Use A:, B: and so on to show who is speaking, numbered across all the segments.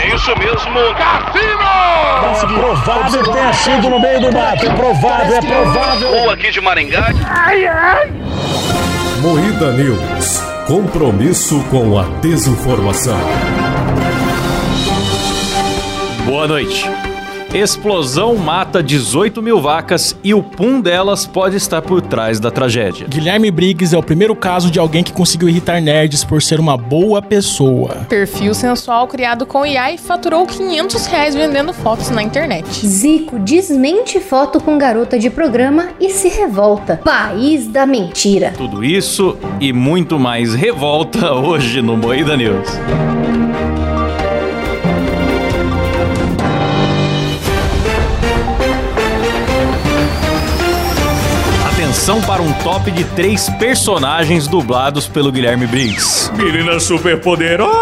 A: É isso mesmo, Cassino!
B: Mas provável que tenha sido no meio do mato. É provável, é provável.
A: Ou aqui de Maringá.
C: Moída News. Compromisso com a desinformação.
D: Boa noite. Explosão mata 18 mil vacas e o pum delas pode estar por trás da tragédia.
E: Guilherme Briggs é o primeiro caso de alguém que conseguiu irritar nerds por ser uma boa pessoa.
F: Perfil sensual criado com IA e faturou 500 reais vendendo fotos na internet.
G: Zico desmente foto com garota de programa e se revolta. País da mentira.
D: Tudo isso e muito mais revolta hoje no Moída News. Atenção para um top de três personagens dublados pelo Guilherme Briggs.
H: Meninas superpoderosas!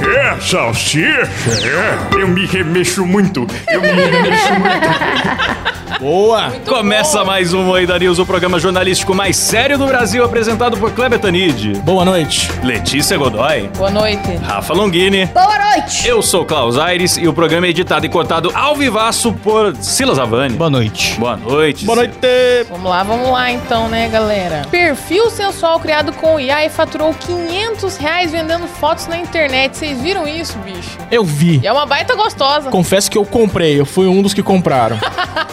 H: É, salsicha, é. Eu me remexo muito, eu me remexo
E: Boa!
D: Começa mais um Moída News, o programa jornalístico mais sério do Brasil, apresentado por Kleber Tanid,
E: Boa noite.
D: Letícia Godoy,
F: Boa noite.
D: Rafa Longini.
G: Boa noite.
D: Eu sou o Klaus Aires e o programa é editado e cortado ao vivaço por Silas Avani.
E: Boa noite.
D: Boa noite.
E: Boa noite.
F: Vamos lá, vamos lá então, né, galera? Perfil sensual criado com IA e faturou 500 reais vendendo fotos na internet. Vocês viram isso, bicho?
E: Eu vi.
F: E é uma baita gostosa.
E: Confesso que eu comprei, eu fui um dos que compraram.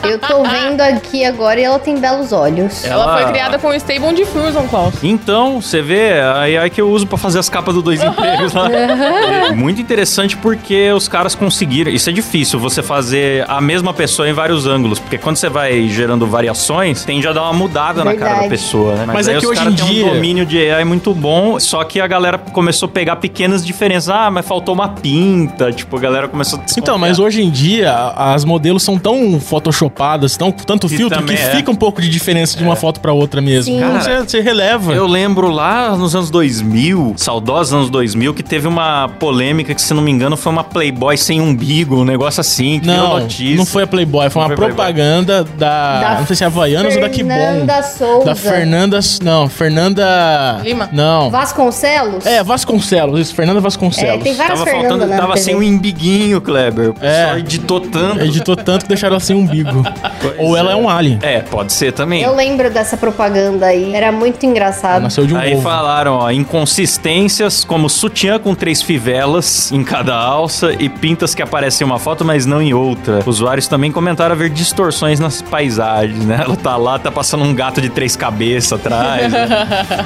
G: Eu tô vendo aqui agora e ela tem belos olhos.
F: Ela...
D: Ela-
F: foi criada com o Stable um Diffusion, Klaus.
D: Então, você vê, aí é que eu uso pra fazer as capas do Dois Empregos lá. É muito interessante porque os caras conseguiram. Isso é difícil, você fazer a mesma pessoa em vários ângulos. Porque quando você vai gerando variações, tem já dar uma mudada na cara da
G: Verdade.
D: pessoa, né?
E: Mas é
D: aí
E: que
D: os
E: hoje
D: caras
E: em
D: têm
E: dia-
D: um domínio de AI muito bom, só que a galera começou a pegar pequenas diferenças. Ah, mas faltou uma pinta. Tipo, a galera começou a
E: Então, mas hoje em dia, a- as modelos são tão photoshopadas, tão com tanto
D: Que
E: filtro, que
D: também é.
E: fica um pouco de diferença de uma foto pra outra mesmo.
G: Sim.
E: Então,
D: Cara,
E: você, você releva.
D: Eu lembro lá nos anos 2000, saudosos anos 2000, que teve uma polêmica que, se não me engano, foi uma Playboy sem umbigo, um negócio assim, que deu
E: Não,
D: notícia.
E: não foi a Playboy, foi
D: Não
E: uma
D: foi Playboy.
E: propaganda da,
G: Da
E: Não sei se é Havaianas ou da Kibon.
G: Fernanda Souza.
E: Da Fernanda. Não, Fernanda.
F: Lima?
E: Não.
G: Vasconcelos?
E: É, Vasconcelos, isso, Fernanda Vasconcelos.
G: É, tem várias
D: Tava
G: Fernanda
D: faltando,
G: lá na
D: tava
G: TV.
D: sem um umbiguinho, Kleber. O
E: É.
D: pessoal editou tanto.
E: Editou tanto que deixaram ela sem umbigo.
D: Pois
E: Ou ela é um alien.
D: É, pode ser também.
G: Eu lembro dessa propaganda aí. Era muito
E: Ela
G: engraçado.
E: nasceu de um
D: Aí
E: ovo.
D: falaram, ó, inconsistências como sutiã com três fivelas em cada alça e pintas que aparecem em uma foto, mas não em outra. Usuários também comentaram haver distorções nas paisagens, né? Ela tá lá, tá passando um gato de três cabeças atrás. né?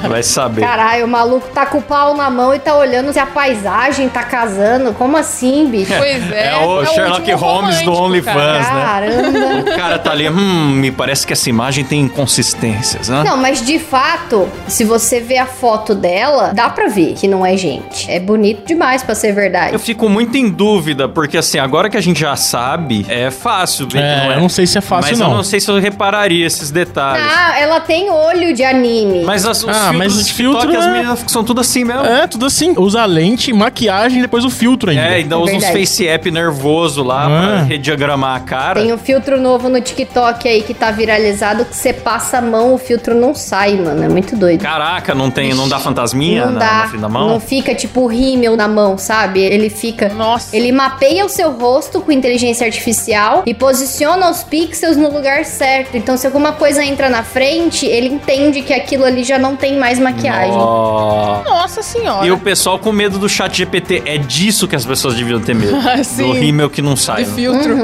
D: Vai saber.
G: Caralho, o maluco tá com o pau na mão e tá olhando se a paisagem tá casando. Como assim, bicho?
F: Pois é.
D: É o Sherlock
F: último
D: Holmes do
F: romântico, cara.
D: OnlyFans, né?
G: Caramba.
D: O cara tá ali, hum, me parece que essa imagem tem inconsistências, né?
G: Não, mas de fato, se você vê a foto dela, dá pra ver que não é gente. É bonito demais pra ser verdade.
D: Eu fico muito em dúvida, porque assim, agora que a gente já sabe, é fácil ver
E: É,
D: que não é.
E: eu não sei se é fácil,
D: mas
E: não.
D: eu não sei se eu repararia esses detalhes.
G: Ah, ela tem olho de anime.
D: Mas as, os
E: Ah,
D: filtros
E: mas
D: do
E: os
D: TikTok,
E: filtros,
D: as
E: né?
D: meninas são tudo assim mesmo. É,
E: É, tudo assim. Usa lente, maquiagem e depois o filtro ainda.
D: ainda É, então usa uns
G: Verdade.
D: face app nervoso lá pra
E: Ah.
D: rediagramar a cara.
G: Tem um filtro novo no TikTok aí que tá viralizado que você passa a mão, o filtro não sai, mano. É muito doido.
D: Caraca, não tem, não dá fantasminha
G: não
D: na,
G: dá.
D: na fim da mão?
G: Não fica tipo o rímel na mão, sabe? Ele fica.
F: Nossa.
G: Ele mapeia o seu rosto com inteligência artificial e posiciona os pixels no lugar certo. Então, se alguma coisa entra na frente, ele entende que aquilo ali já não tem mais maquiagem.
D: Ó.
F: Nossa senhora.
D: E o pessoal com medo do chat GPT. É disso que as pessoas deviam ter medo.
F: Ah, sim.
D: Do rímel que não sai. né?
F: De filtro.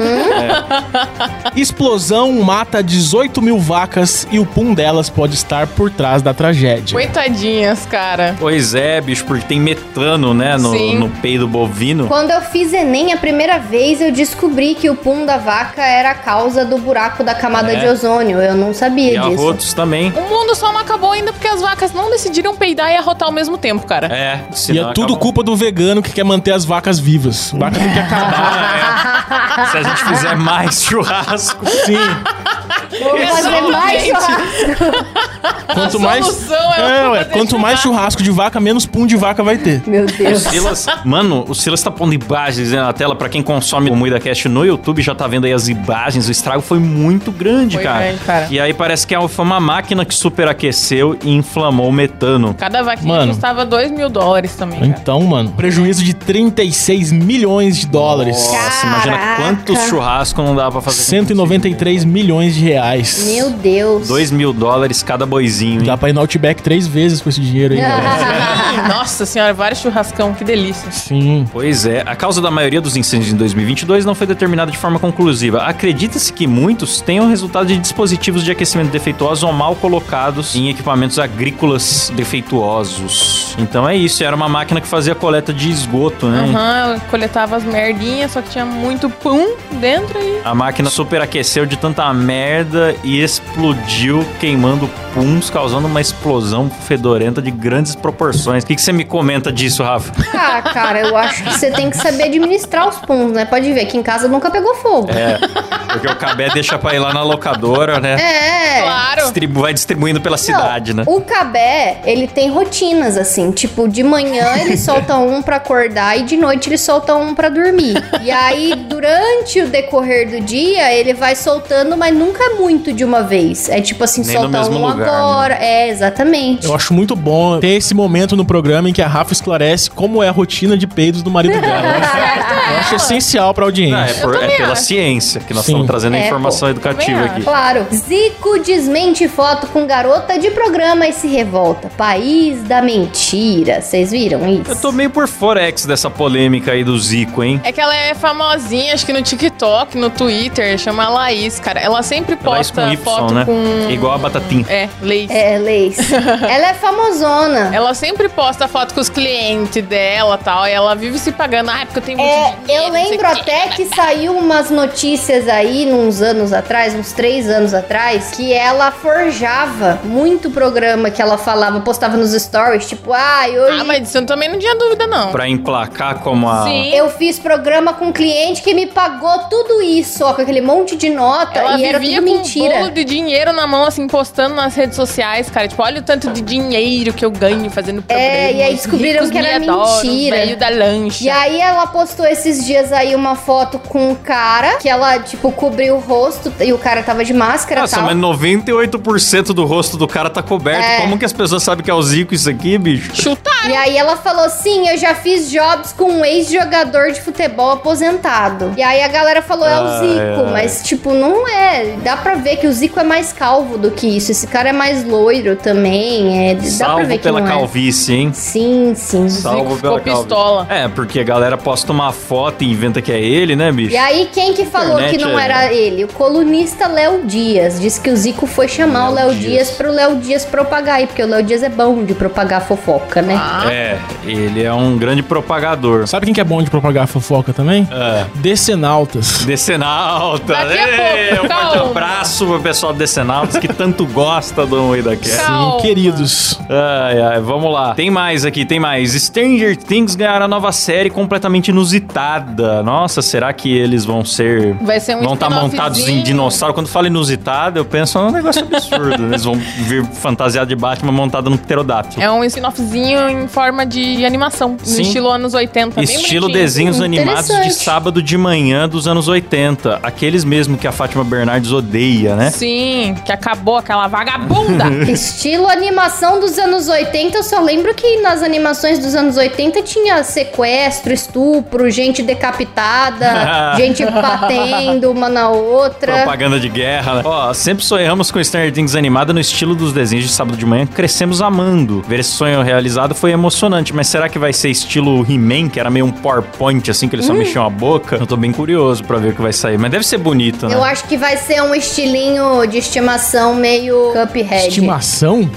E: Explosão mata 18 mil vacas e o pum delas pode estar por trás da tragédia.
F: Coitadinhas, cara.
D: Pois é, bicho, porque tem metano, né, no,
F: Sim.
D: no peido bovino.
G: Quando eu fiz Enem a primeira vez, eu descobri que o pum da vaca era a causa do buraco da camada
D: É.
G: de ozônio. Eu não sabia
D: E
G: é disso.
D: arrotos também.
F: O mundo só não acabou ainda porque as vacas não decidiram peidar e arrotar ao mesmo tempo, cara.
D: É,
E: E
D: senão
E: é tudo
D: acaba-
E: culpa do vegano que quer manter as vacas vivas. Vaca tem que acabar.
D: É. Se a gente fizer mais churrasco.
E: Sim.
D: é
G: Vou fazer mais
F: Exatamente.
G: churrasco.
E: Quanto
F: A
E: mais,
F: solução é
E: é,
F: não
E: ué,
F: fazer
E: quanto mais churrasco de vaca, menos pum de vaca vai ter.
G: Meu Deus.
D: Silas, mano, o Silas tá pondo imagens aí na tela. Pra quem consome o Moída Cast no YouTube, já tá vendo aí as imagens. O estrago foi muito grande,
F: Foi
D: cara.
F: grande, cara.
D: E aí parece que foi uma máquina que superaqueceu e inflamou o metano.
F: Cada vaquinha
E: Mano.
F: custava 2 mil dólares
D: É.
F: também, cara.
E: Então, mano, prejuízo de 36 milhões de dólares.
D: Nossa, imagina
G: Caraca.
D: quantos churrascos não dava pra fazer.
E: 193 milhões de reais.
G: Meu Deus.
D: 2 mil dólares cada boizinho, hein?
E: Dá pra ir no Outback três vezes com esse dinheiro aí, né? galera.
F: Ih, Nossa senhora, vários churrascão, que delícia.
E: Sim.
D: Pois é, a causa da maioria dos incêndios em 2022 não foi determinada de forma conclusiva. Acredita-se que muitos tenham resultado de dispositivos de aquecimento defeituosos ou mal colocados em equipamentos agrícolas defeituosos. Então é isso, era uma máquina que fazia coleta de esgoto, né?
F: Aham, eu coletava as merdinhas, só que tinha muito pum dentro e
D: A máquina superaqueceu de tanta merda e explodiu, queimando puns, causando uma explosão fedorenta de grandes proporções. O que que você me comenta disso, Rafa?
G: Ah, cara, eu acho que você tem que saber administrar os puns, né? Pode ver que em casa nunca pegou fogo.
D: É, porque o Cabé deixa pra ir lá na locadora, né?
G: É.
F: claro.
D: Distribu- vai distribuindo pela
G: Não,
D: cidade, né?
G: O Cabé, ele tem rotinas, assim. Tipo, de manhã ele solta um pra acordar e de noite ele solta um pra dormir. E aí, durante o decorrer do dia, ele vai soltando, mas nunca é muito de uma vez. É tipo assim,
D: Nem no
G: solta
D: mesmo
G: um
D: lugar, né?
G: agora. É, exatamente.
E: Eu acho muito bom ter esse momento no programa em que a Rafa esclarece como é a rotina de peidos do marido dela. Eu acho essencial pra
D: Não, é,
E: audiência.
D: por-
F: Eu também
D: é pela
F: acho.
D: ciência que nós
E: Sim.
D: estamos trazendo a
G: É,
D: informação educativa
F: Também
D: aqui.
G: Claro. Zico desmente foto com garota de programa e se revolta. País da mentira. Vocês viram isso?
D: Eu tô meio por forex dessa polêmica aí do Zico, hein?
F: É que ela é famosinha, acho que no TikTok, no Twitter, chama Laís, cara. Ela sempre
D: é Laís
F: posta
D: com Y,
F: foto
D: né?
F: com...
D: Igual a batatinha.
F: É, Laís.
G: É, Leis. Ela é famosona.
F: Ela sempre posta foto com os clientes dela e tal, e ela vive se pagando. Ah, é porque eu tenho muito
G: É,
F: dinheiro,
G: eu
F: não sei
G: lembro
F: o quê.
G: até que saiu umas notícias aí, uns anos atrás, uns três anos atrás, que ela forjava muito programa que ela falava, postava nos stories, tipo, ah, hoje
F: Ah, mas isso eu também não tinha dúvida, não.
D: Pra emplacar como a.
F: Sim.
G: eu fiz programa com um cliente que me pagou tudo isso, ó, com aquele monte de nota,
F: Ela
G: e era
F: vivia
G: tudo
F: com um bolo
G: mentira.
F: de dinheiro na mão, assim, postando nas redes sociais, cara. Tipo, olha o tanto de dinheiro que eu ganho fazendo programa.
G: É, e aí
F: os
G: descobriram
F: ricos
G: que era
F: me adoram, os
G: mentira.
F: velho da lancha.
G: E aí ela postou esses dias aí uma foto com um cara que ela, tipo, cobriu o rosto e o cara tava de máscara e
D: Nossa,
G: tal.
D: mas 98% do rosto do cara tá coberto.
G: É.
D: Como que as pessoas sabem que é o Zico isso aqui, bicho?
F: Chutar.
G: E aí ela falou assim, eu já fiz jobs com um ex-jogador de futebol aposentado. E aí a galera falou, é o
D: Ai,
G: Zico,
D: ai.
G: mas tipo, não é. Dá pra ver que o Zico é mais calvo do que isso. Esse cara é mais loiro também, é, dá pra
D: Salvo
G: ver que
D: pela
G: não é.
D: calvície, hein?
G: Sim, sim.
D: Salvo
F: ficou
D: pela calvície.
F: pistola.
D: É, porque a galera posta uma foto e inventa que é ele, né, bicho?
G: E aí, quem que falou
D: Internet
G: que não
D: é-
G: era ele? O colunista Léo Dias. Diz que o Zico foi chamar
D: Léo
G: o Léo
D: Dias.
G: Dias, pro Léo Dias propagar aí, porque o Léo Dias é bom de propagar fofoca, né?
D: É, ele é um grande propagador.
E: Sabe quem que é bom de propagar fofoca também?
D: É.
E: Decenautas.
D: Decenalta.
F: Daqui a
D: Ê,
F: pouco,
D: um forte
F: calma.
D: abraço pro pessoal do Decenaltas que tanto gosta do Moída Cast.
F: Calma.
E: Sim, queridos.
D: Ai, ai, vamos lá. Tem mais aqui, tem mais. Stranger Things ganhará nova série completamente inusitada. Nossa, será que eles vão ser.
F: Vai ser um
D: vão estar montados em
F: spin-offzinho.
D: dinossauro? Quando fala inusitada, eu penso num negócio absurdo. né? Eles vão vir fantasiado de Batman montado num pterodáctilo.
F: É um spin-offzinho em forma de animação.
D: Sim.
F: No estilo anos 80. tá bem
D: Estilo
F: bonitinho.
D: desenhos animados de
G: Interessante.
D: sábado de manhã dos anos 80. Aqueles mesmo que a Fátima Bernardes odeia, né?
F: Sim, que acabou aquela vagabunda.
G: Estilo animação dos anos 80, eu só lembro que nas animações dos anos 80 tinha sequestro, estupro, gente decapitada, gente batendo uma na outra.
D: Propaganda de guerra, né? Ó, sempre sonhamos com Stranger Things animada no estilo dos desenhos de sábado de manhã, crescemos amando. Ver esse sonho realizado foi emocionante, mas será que vai ser estilo He-Man, que era meio um PowerPoint, assim, que ele só
F: Hum.
D: mexiam a boca? Eu tô bem curioso pra ver o que vai sair, mas deve ser bonito, né?
G: Eu acho que vai ser um estilinho de estimação meio Cuphead.
E: Estimação?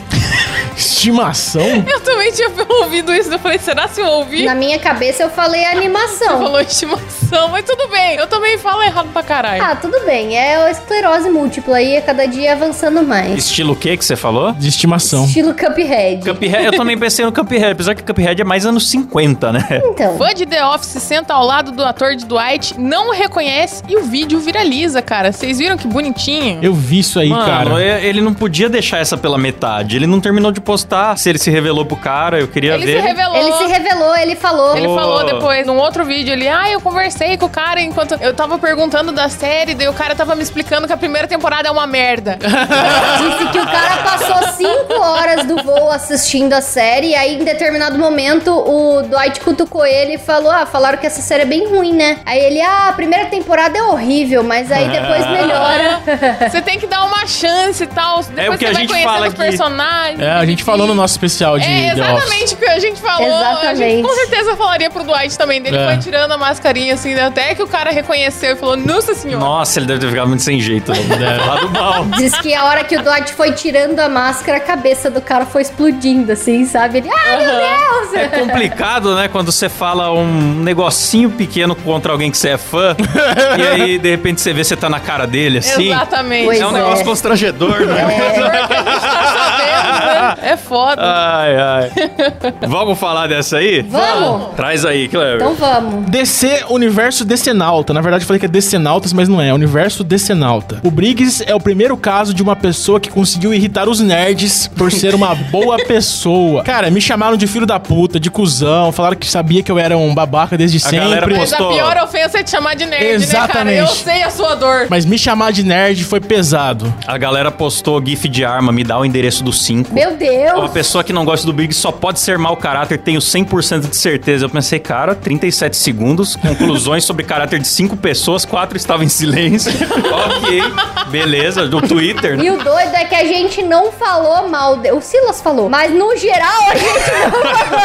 E: Estimação?
F: Eu também tinha ouvido isso. Eu falei, será se eu ouvi?
G: Na minha cabeça eu falei
F: Você
G: animação.
F: falou estimação, mas tudo bem. Eu também falo errado pra caralho.
G: Ah, tudo bem, é a esclerose múltipla e a cada dia avançando mais.
D: Estilo o que que você falou?
E: De estimação.
G: Estilo Cuphead.
D: Cuphead, eu também pensei no Cuphead, apesar que Cuphead é mais anos 50, né?
G: Então,
F: Fã de The Office senta ao lado do ator de Dwight, não o reconhece e o vídeo viraliza, cara. Vocês viram que bonitinho?
E: Eu vi isso aí,
D: Mano,
E: cara.
D: e- ele não podia deixar essa pela metade. Ele não terminou de postar se ele se revelou pro cara, eu queria
F: Ele
D: ver.
F: se revelou.
G: ele se revelou, ele falou.
F: Ele
D: Oh.
F: falou depois, num outro vídeo, ele, ah, eu conversei com o cara enquanto eu tava perguntando da série, daí o cara tava me explicando que a primeira temporada é uma merda.
G: Disse que o cara passou cinco horas do voo assistindo a série, e aí em determinado momento o Dwight cutucou ele e falou: Ah, falaram que essa série é bem ruim, né? Aí ele, ah, a primeira temporada é horrível, mas aí depois melhora.
F: Você tem que dar uma chance e tal.
D: É o
F: Depois
D: que
F: você
D: a
F: vai
D: gente fala
F: conhecendo os
D: aqui.
F: personagens.
E: É, a gente falou no nosso especial de
F: É
E: The Office.
F: exatamente o que a gente falou. A gente
G: Exatamente.
F: com certeza falaria pro Dwight também. Ele
E: É.
F: foi tirando a mascarinha assim, até que o cara reconheceu e falou: Nossa senhora.
D: Nossa, ele deve ter ficado muito sem jeito. Né? Lado mal.
G: Diz que a hora que o Dwight foi tirando a máscara, a cabeça do cara foi explodindo, assim, sabe? Ele, ah, meu
D: É
G: Deus!
D: complicado, né? Quando você fala um negocinho pequeno contra alguém que você é fã, e aí de repente você vê você tá na cara dele assim.
F: Exatamente.
G: Pois
D: É um
G: é.
D: negócio constrangedor, né?
F: Tá sabendo, né? É
E: Ah,
F: foda.
D: Ai, ai. Vamos falar dessa aí?
G: Vamos!
D: Traz aí, Cleber.
G: Então vamos.
E: DC Universo Decenalta. Na verdade, eu falei que é Decenautas, mas não é. é Universo Decenalta. O Briggs é o primeiro caso de uma pessoa que conseguiu irritar os nerds por ser uma boa pessoa. Cara, me chamaram de filho da puta, de cuzão, falaram que sabia que eu era um babaca desde
D: A galera
E: sempre.
F: Mas a
D: gostou.
F: pior ofensa é te chamar de nerd, né, cara? Eu
E: Exatamente.
F: sei a sua dor.
E: Mas me chamar de nerd foi pesado.
D: A galera postou GIF de arma, me dá o endereço do 5.
G: Meu
D: Uma
G: Deus!
D: pessoa que não gosta do Big só pode ser mau caráter, tenho 100% de certeza. Eu pensei, cara, 37 segundos, conclusões sobre caráter de 5 pessoas, 4 estavam em silêncio. ok, beleza, do Twitter. né?
G: E o doido é que a gente não falou mal. De... O Silas falou, mas no geral a gente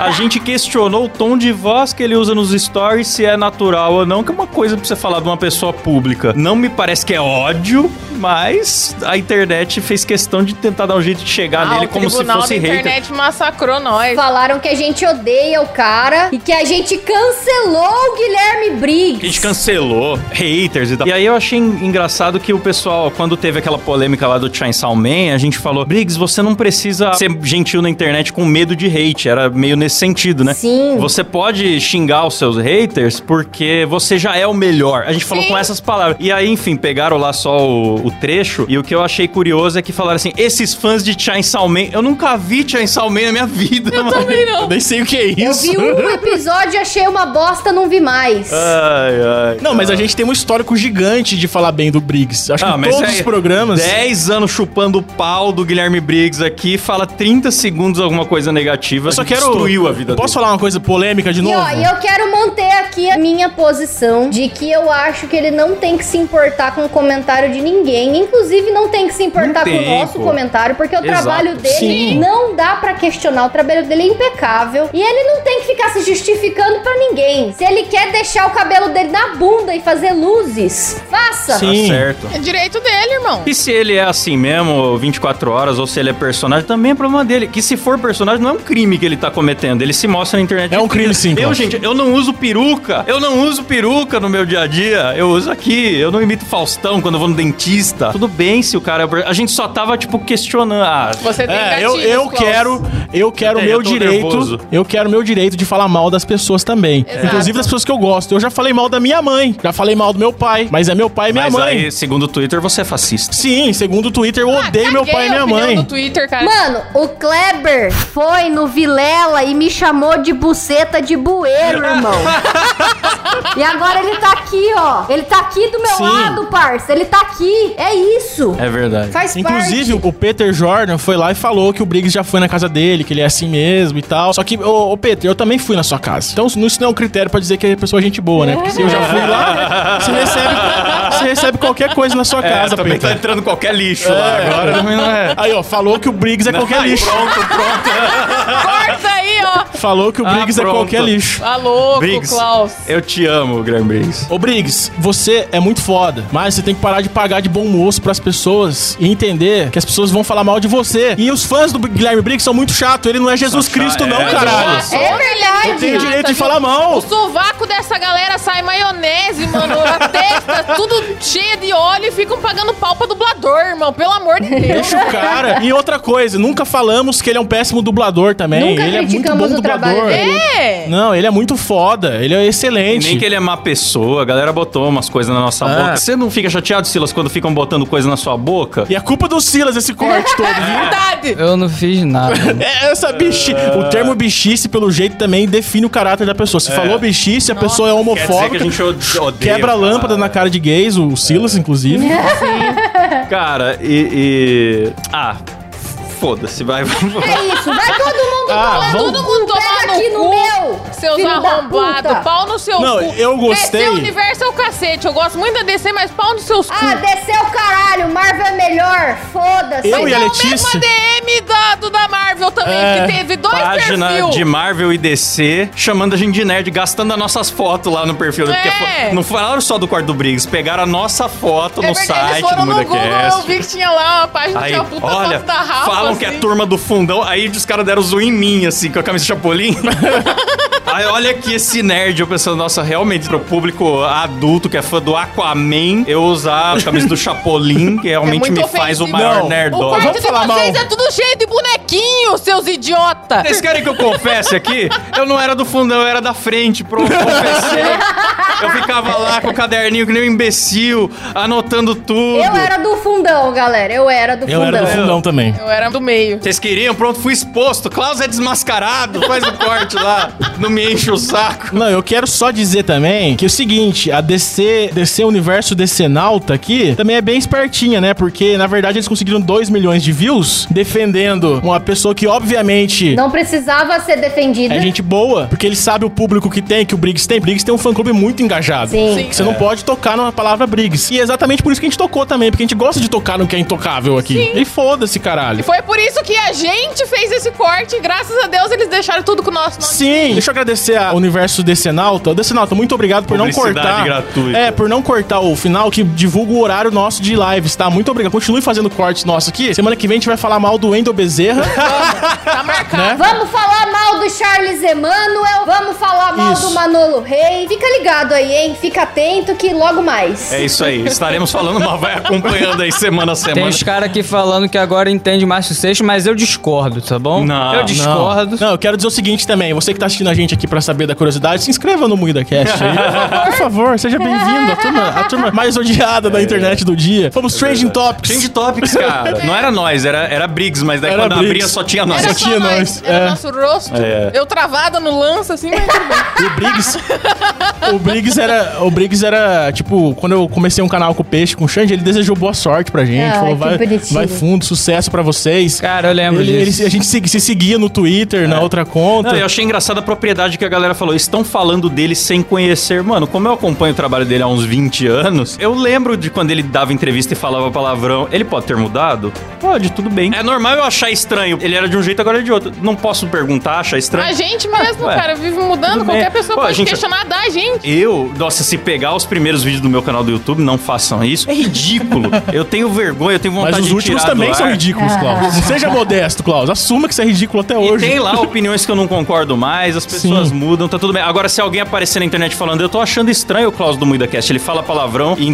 D: A gente questionou o tom de voz que ele usa nos stories, se é natural ou não, que é uma coisa pra você falar de uma pessoa pública. Não me parece que é ódio, mas a internet fez questão de tentar dar um jeito de chegar
F: Ah,
D: nele
F: o
D: como se
F: tribunal
D: fosse
F: da
D: hater.
F: internet massacrou nós.
G: Falaram que a gente odeia o cara e que a gente cancelou o Guilherme Briggs.
D: A gente cancelou haters e tal. E aí eu achei en- engraçado que o pessoal, quando teve aquela polêmica lá do Chainsaw Man, a gente falou, Briggs, você não precisa ser gentil na internet com medo de hate. Era meio nesse sentido, né?
G: Sim.
D: Você pode xingar os seus haters porque você já é o melhor. A gente falou
F: Sim.
D: com essas palavras. E aí, enfim, pegaram lá só o, o trecho e o que eu achei curioso é que falaram assim, esses fãs de Chainsaw Man, eu nunca vi Chainsaw Man na minha vida, eu mano.
F: Também não.
E: Eu nem sei o que é
G: Eu
E: isso.
G: vi um episódio, achei uma bosta, não vi mais.
D: Ah, Ai, ai.
E: Não, mas a gente tem um histórico gigante de falar bem do Briggs. Acho
D: Ah,
E: que
D: mas
E: todos
D: é-
E: os programas.
D: 10 anos chupando o pau do Guilherme Briggs aqui, fala 30 segundos alguma coisa negativa.
E: Eu só
D: que
E: quero.
D: Destruiu a vida
E: Posso falar uma coisa polêmica de
G: E,
E: novo?
G: ó, e eu quero manter aqui a minha posição de que eu acho que ele não tem que se importar com o comentário de ninguém. Inclusive, não tem que se importar
D: Não
G: com o
D: tem,
G: nosso
D: pô.
G: comentário, porque o
D: Exato.
G: trabalho dele
E: Sim.
G: não dá pra questionar. O trabalho dele é impecável. E ele não tem que ficar se justificando pra ninguém. Se ele quer deixar o cabelo dele na bunda e fazer luzes, faça.
D: dele.
E: Sim.
D: Tá certo.
F: É direito dele, irmão.
D: E se ele é assim mesmo, 24 horas, ou se ele é personagem, também é problema dele. Que se for personagem, não é um crime que ele tá cometendo. Ele se mostra na internet.
E: É um crime, sim,
D: Eu,
E: Klaus.
D: gente, eu não uso peruca. Eu não uso peruca no meu dia a dia. Eu uso aqui. Eu não imito Faustão quando eu vou no dentista. Tudo bem se o cara... é per- A gente só tava, tipo, questionando. Ah,
F: Você tem
E: É, eu,
F: gatilhos,
E: eu
F: Klaus.
E: quero, eu quero
D: É, Eu
E: meu
D: tô
E: direito,
D: nervoso.
E: eu quero meu direito de falar mal das pessoas também,
F: Exato.
E: inclusive das pessoas que eu gosto. Eu já falei mal da minha mãe, já falei mal do meu pai, mas é meu pai e minha
D: mas
E: mãe.
D: aí, segundo o Twitter, você é fascista.
E: Sim, segundo o Twitter, eu
F: Ah,
E: odeio meu
F: caguei
E: pai e
F: a
E: minha
F: opinião
E: mãe.
F: do Twitter, cara.
G: Mano, o Kleber foi no Vilela e me chamou de buceta de bueiro, irmão. e agora ele tá aqui, ó. Ele tá aqui do meu
E: Sim.
G: lado, parça. Ele tá aqui. É isso.
D: É verdade.
G: Faz
E: Inclusive,
G: parte.
E: o Peter Jordan foi lá e falou que o Briggs já foi na casa dele, que ele é assim mesmo e tal. Só que, ô, ô, Peter, eu também fui na sua casa. Então, isso não é um critério pra dizer que a pessoa é gente boa, né? Porque se eu já fui lá, você recebe, você recebe qualquer coisa na
D: É,
E: sua casa, Peter.
D: tá entrando qualquer lixo lá é. tá-
E: Aí, ó, falou que o Briggs é qualquer lixo.
D: Pronto, pronto.
F: Corta aí, ó.
E: Falou que o
D: Ah,
E: Briggs é
D: pronto.
E: qualquer lixo.
F: Ah, louco,
D: Briggs,
F: Klaus.
D: eu te amo, Graham Briggs.
E: Ô Briggs, você é muito foda, mas você tem que parar de pagar de bom moço pras pessoas e entender que as pessoas vão falar mal de você. E os fãs do Guilherme Briggs são muito chato. ele não é Jesus
D: Ah,
E: Cristo
D: é,
E: não,
D: é,
E: caralho.
D: nossa.
G: É verdade.
E: Eu tenho direito de
F: viu?
E: falar
F: O
E: mal.
F: sovaco dessa galera sai maionese, mano. A testa, tudo cheia de óleo e ficam pagando pau pra dublador, irmão. Pelo amor de Deus.
E: Deixa o cara. E outra coisa, nunca falamos que ele é um péssimo dublador também.
G: Nunca
E: ele é muito
G: criticamos
E: bom
G: o trabalho
E: dublador.
G: dele.
F: É.
E: Não, ele é muito foda, ele é
D: E
E: excelente.
D: nem que ele é má pessoa, a galera botou umas coisas na nossa
E: Ah.
D: boca. Você não fica chateado, Silas, quando ficam botando coisa na sua boca?
E: E é culpa do Silas esse corte todo, viu?
F: Verdade.
I: Eu não fiz nada.
E: É essa bichi... O termo bichice, pelo jeito, também define o caráter da pessoa. Se falou bichice, a pessoa é
D: Quer dizer que a
E: homofóbica.
D: gente ode- odeia.
E: Quebra a lâmpada na cara de gays, o Silas, inclusive.
F: É.
D: Cara, e. e- Ah, foda-se, vai.
G: É isso. Vai todo
E: Ah,
G: mundo tomar
E: vamos-
G: todo mundo tomar Pega
F: no
G: aqui
F: cu,
G: no meu.
F: Seus
G: filho da
F: arrombados,
G: puta.
F: pau no seu
E: Não,
F: cu.
E: eu gostei.
F: Descer o universo é o cacete. Eu gosto muito da DC, mas pau nos seus cu.
G: Ah, desceu o caralho. Marvel é melhor. Foda-se.
E: Eu e a
F: é o mesmo
E: Letícia.
F: ADM da, do da Marvel também,
E: É.
F: que teve dois
D: Página
F: perfil.
D: de Marvel e DC chamando a gente de nerd, gastando as nossas fotos lá no perfil. né? Porque
F: É.
D: fo- não falaram só do quarto do Briggs, pegaram a nossa foto
F: É
D: no
F: verdade, eles
D: site do
F: foram no Google, eu
D: MudaCast.
F: vi que tinha lá uma página
D: Aí,
F: que tinha puta
D: olha,
F: foto da Rafa,
D: falam que é
F: assim.
D: turma do fundão. Aí os caras deram zoom em mim, assim, com a camisa Chapolin. Aí olha aqui esse nerd, eu pensando, nossa, realmente, pro público adulto que é fã do Aquaman, eu usar a camisa do Chapolin, que realmente
F: É muito
D: me faz o
F: ofensivo.
D: maior
E: Não.
F: O
D: nerdola.
F: quarto de
E: Vamos falar
F: vocês
E: mal.
F: é tudo cheio de bonequinho, seus idiota.
D: Vocês querem que eu confesse aqui? Eu não era do fundão, eu era da frente, pronto, confessei. Eu ficava lá com o caderninho que nem um imbecil, anotando tudo.
G: Eu era do fundão, galera. Eu era do
E: Eu
G: fundão.
E: era do fundão também.
F: Eu era do meio.
D: Vocês queriam? Pronto, fui exposto. Klaus é desmascarado, faz o corte lá. Não me enche o saco.
E: Não, eu quero só dizer também que é o seguinte, a DC, DC Universo DC Nauta aqui, também é bem espertinha, né? Porque, na verdade, eles conseguiram 2 milhões de views defendendo uma pessoa que, obviamente,
G: Não precisava ser defendido.
E: é gente boa, porque ele sabe o público que tem, que o Briggs tem. Briggs tem um fã-clube muito engajado.
G: Sim.
F: Sim.
D: É.
E: Você não pode tocar na palavra Briggs. E é exatamente por isso que a gente tocou também, porque a gente gosta de tocar no que é intocável aqui. E foda-se, caralho.
F: E foi por isso que a gente fez esse corte. e Graças a Deus eles deixaram tudo com o nosso nome.
E: Sim, deixa eu agradecer ao Universo Decenalta. Decenalta, muito obrigado por não
D: Publicidade
E: cortar.
D: gratuita.
E: É, por não cortar o final que divulga o horário nosso de lives, tá? Muito obrigado. Continue fazendo cortes nossos aqui. Semana que vem a gente vai falar mal do Wendel Bezerra.
F: Tá marcado.
D: Né?
G: Vamos falar mal do Charles Emanuel. Vamos falar mal
E: Isso.
G: do Manolo Rei. Fica ligado aí, hein? Fica atento que logo mais.
D: É isso aí. Estaremos falando, mas vai acompanhando aí semana a
I: Tem
D: semana.
I: os caras aqui falando que agora entende mais o sexto, mas eu discordo, tá bom?
D: Não,
I: Eu discordo.
E: Não, eu quero dizer o seguinte também. Você que tá assistindo a gente aqui pra saber da curiosidade, se inscreva no MuidaCast aí. Por favor, seja bem-vindo. A turma, a turma mais odiada
D: É.
E: da internet do dia. Fomos Trending Topics.
D: Change topics, cara. Não era nós, era, era Briggs, mas daí
E: Era
D: quando
E: Briggs.
D: abria só tinha nós.
E: Era
F: Era
E: só
F: só
E: tinha
F: nós.
E: nós,
F: Era
E: é.
F: nosso rosto.
D: É.
F: Eu travada no lance, assim, mas tudo bem.
E: E o Briggs. o Briggs era. O Briggs era, tipo, quando eu comecei um canal com o Peixe, com o Xande, ele desejou boa sorte pra gente.
G: Ai,
E: falou,
G: que
E: vai,
G: bonitinho."
E: vai fundo, sucesso pra vocês.
I: Cara, eu lembro
E: Ele-
I: disso.
E: ele- a gente se, se seguia no Twitter, na outra conta.
D: É. Não, eu achei engraçada a propriedade que a galera falou. Estão falando dele sem conhecer. Mano, como eu acompanho o trabalho dele há uns 20 anos, eu lembro de quando ele dava entrevista e falava palavrão. Ele pode ter mudado? Pode, tudo bem. É normal eu achar estranho. Ele era de um jeito, agora é de outro. Não posso perguntar, achar estranho.
F: A gente mesmo,
D: Ué,
F: cara, vive mudando.
D: tudo
F: Qualquer
D: bem.
F: pessoa
D: Pô, a
F: pode
D: gente-
F: questionar da gente.
D: Eu, nossa, se pegar os primeiros vídeos do meu canal do YouTube, não façam isso. É ridículo. eu tenho vergonha, eu tenho vontade
E: Mas os
D: de
E: últimos
D: tirar do
E: também
D: ar.
E: são ridículos,
G: É.
E: Klaus. Não seja modesto, Klaus. Assuma que você é ridículo até
D: E
E: hoje.
D: tem lá opiniões que eu não concordo mais, as pessoas
E: Sim.
D: mudam, tá tudo bem. Agora, se alguém aparecer na internet falando, eu tô achando estranho o Klaus do MuidaCast, ele fala palavrão, e em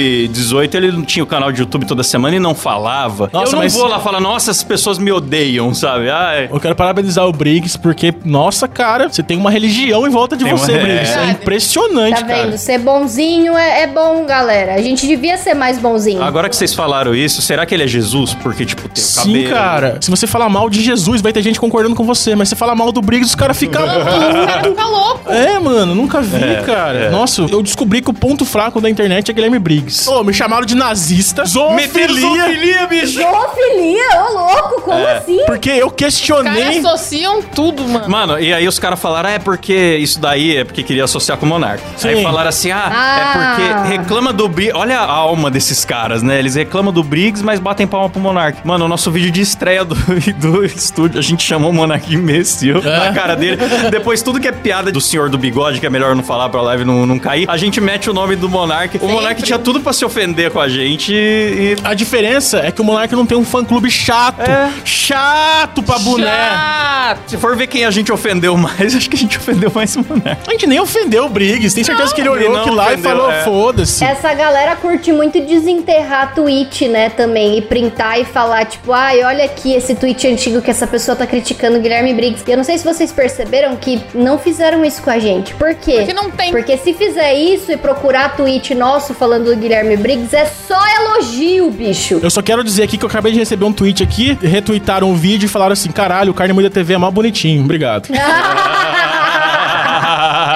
D: 2018 ele não tinha o canal de YouTube toda semana e não falava.
E: Nossa,
D: eu não
E: mas-
D: vou lá falar, nossa, as pessoas me odeiam, sabe? Ai,
E: Eu quero parabenizar o Briggs, porque, nossa, cara, você tem uma religião em volta de
D: Tem uma-
E: você,
D: é.
E: Briggs. É impressionante,
G: Tá
E: cara.
G: vendo? Ser bonzinho é, é bom, galera. A gente devia ser mais bonzinho.
D: agora que vocês falaram isso, será que ele é Jesus? Porque, tipo, tem o
E: Sim,
D: cabelo.
E: cara. Se você falar mal de Jesus, vai ter gente concordando com você. Mas se falar mal do Briggs, os caras ficam.
F: O cara fica louco.
E: É, mano, nunca vi,
D: É,
E: cara.
D: é.
E: Nossa, eu descobri que o ponto fraco da internet é Guilherme Briggs. Ô, me chamaram de nazista.
D: Meteram
E: Zoofilia.
D: zoofilia, bicho!
G: Zoofilia, ô louco, como assim?
E: Porque eu
F: Os caras
E: questionei.
F: associam tudo, mano.
D: Mano, e aí os caras falaram, "Ah, é porque isso daí é porque queria associar com o Monark.
E: Sim.
D: Aí falaram assim: ah,
G: Ah.
D: é porque reclama do Briggs. Olha a alma desses caras, né? Eles reclamam do Briggs, mas batem palma pro Monark. Mano, o nosso vídeo de estreia do, do estúdio, a gente chamou o Monark e imbecil na cara dele. Depois, tudo que é piada do senhor do bigode, que é melhor não falar pra live não, não cair, a gente mete o nome do Monark. O Monark tinha tudo pra se ofender com a gente e.
E: A diferença é que o Monark não tem um fã-clube chato.
D: É.
E: Chato pra boné.
D: e- Se for ver quem a gente ofendeu mais, acho que a gente ofendeu mais o Monark.
E: A gente nem ofendeu o Briggs. Tem certeza que ele
D: ele
E: olhou
D: não
E: aqui lá
D: ofendeu,
E: e falou,
D: é.
E: foda-se.
G: Essa galera curte muito desenterrar tweet, né, também. E printar e falar, tipo, ai, olha aqui esse tweet antigo que essa pessoa tá criticando o Guilherme Briggs. E eu não sei se vocês perceberam que não fizeram isso com a gente. Por quê?
F: Porque não tem.
G: Porque se fizer isso e procurar tweet nosso falando do Guilherme Briggs, é só elogio, bicho.
E: Eu só quero dizer aqui que eu acabei de receber um tweet aqui, retuitaram o vídeo e falaram assim: caralho, o Carne Moída TV é mó bonitinho, obrigado.
D: Ah,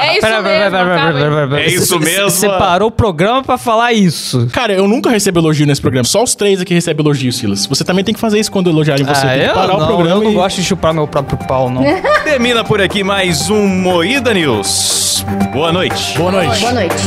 F: É isso
I: Pera,
F: mesmo,
I: pera, pera,
F: acaba
I: pera,
F: aí.
I: pera, pera, pera.
D: É isso
I: Você-
D: mesmo?
I: Você parou o programa pra falar isso.
E: Cara, eu nunca recebo elogio nesse programa. Só os três aqui recebem elogio, Silas. Você também tem que fazer isso quando elogiarem você.
I: Ah,
E: tem que
I: eu
E: parar
I: não,
E: o programa
I: eu não
E: e...
I: gosto de chupar meu próprio pau, não.
D: Termina por aqui mais um Moída News. Boa noite.
E: Boa noite.
G: Boa noite.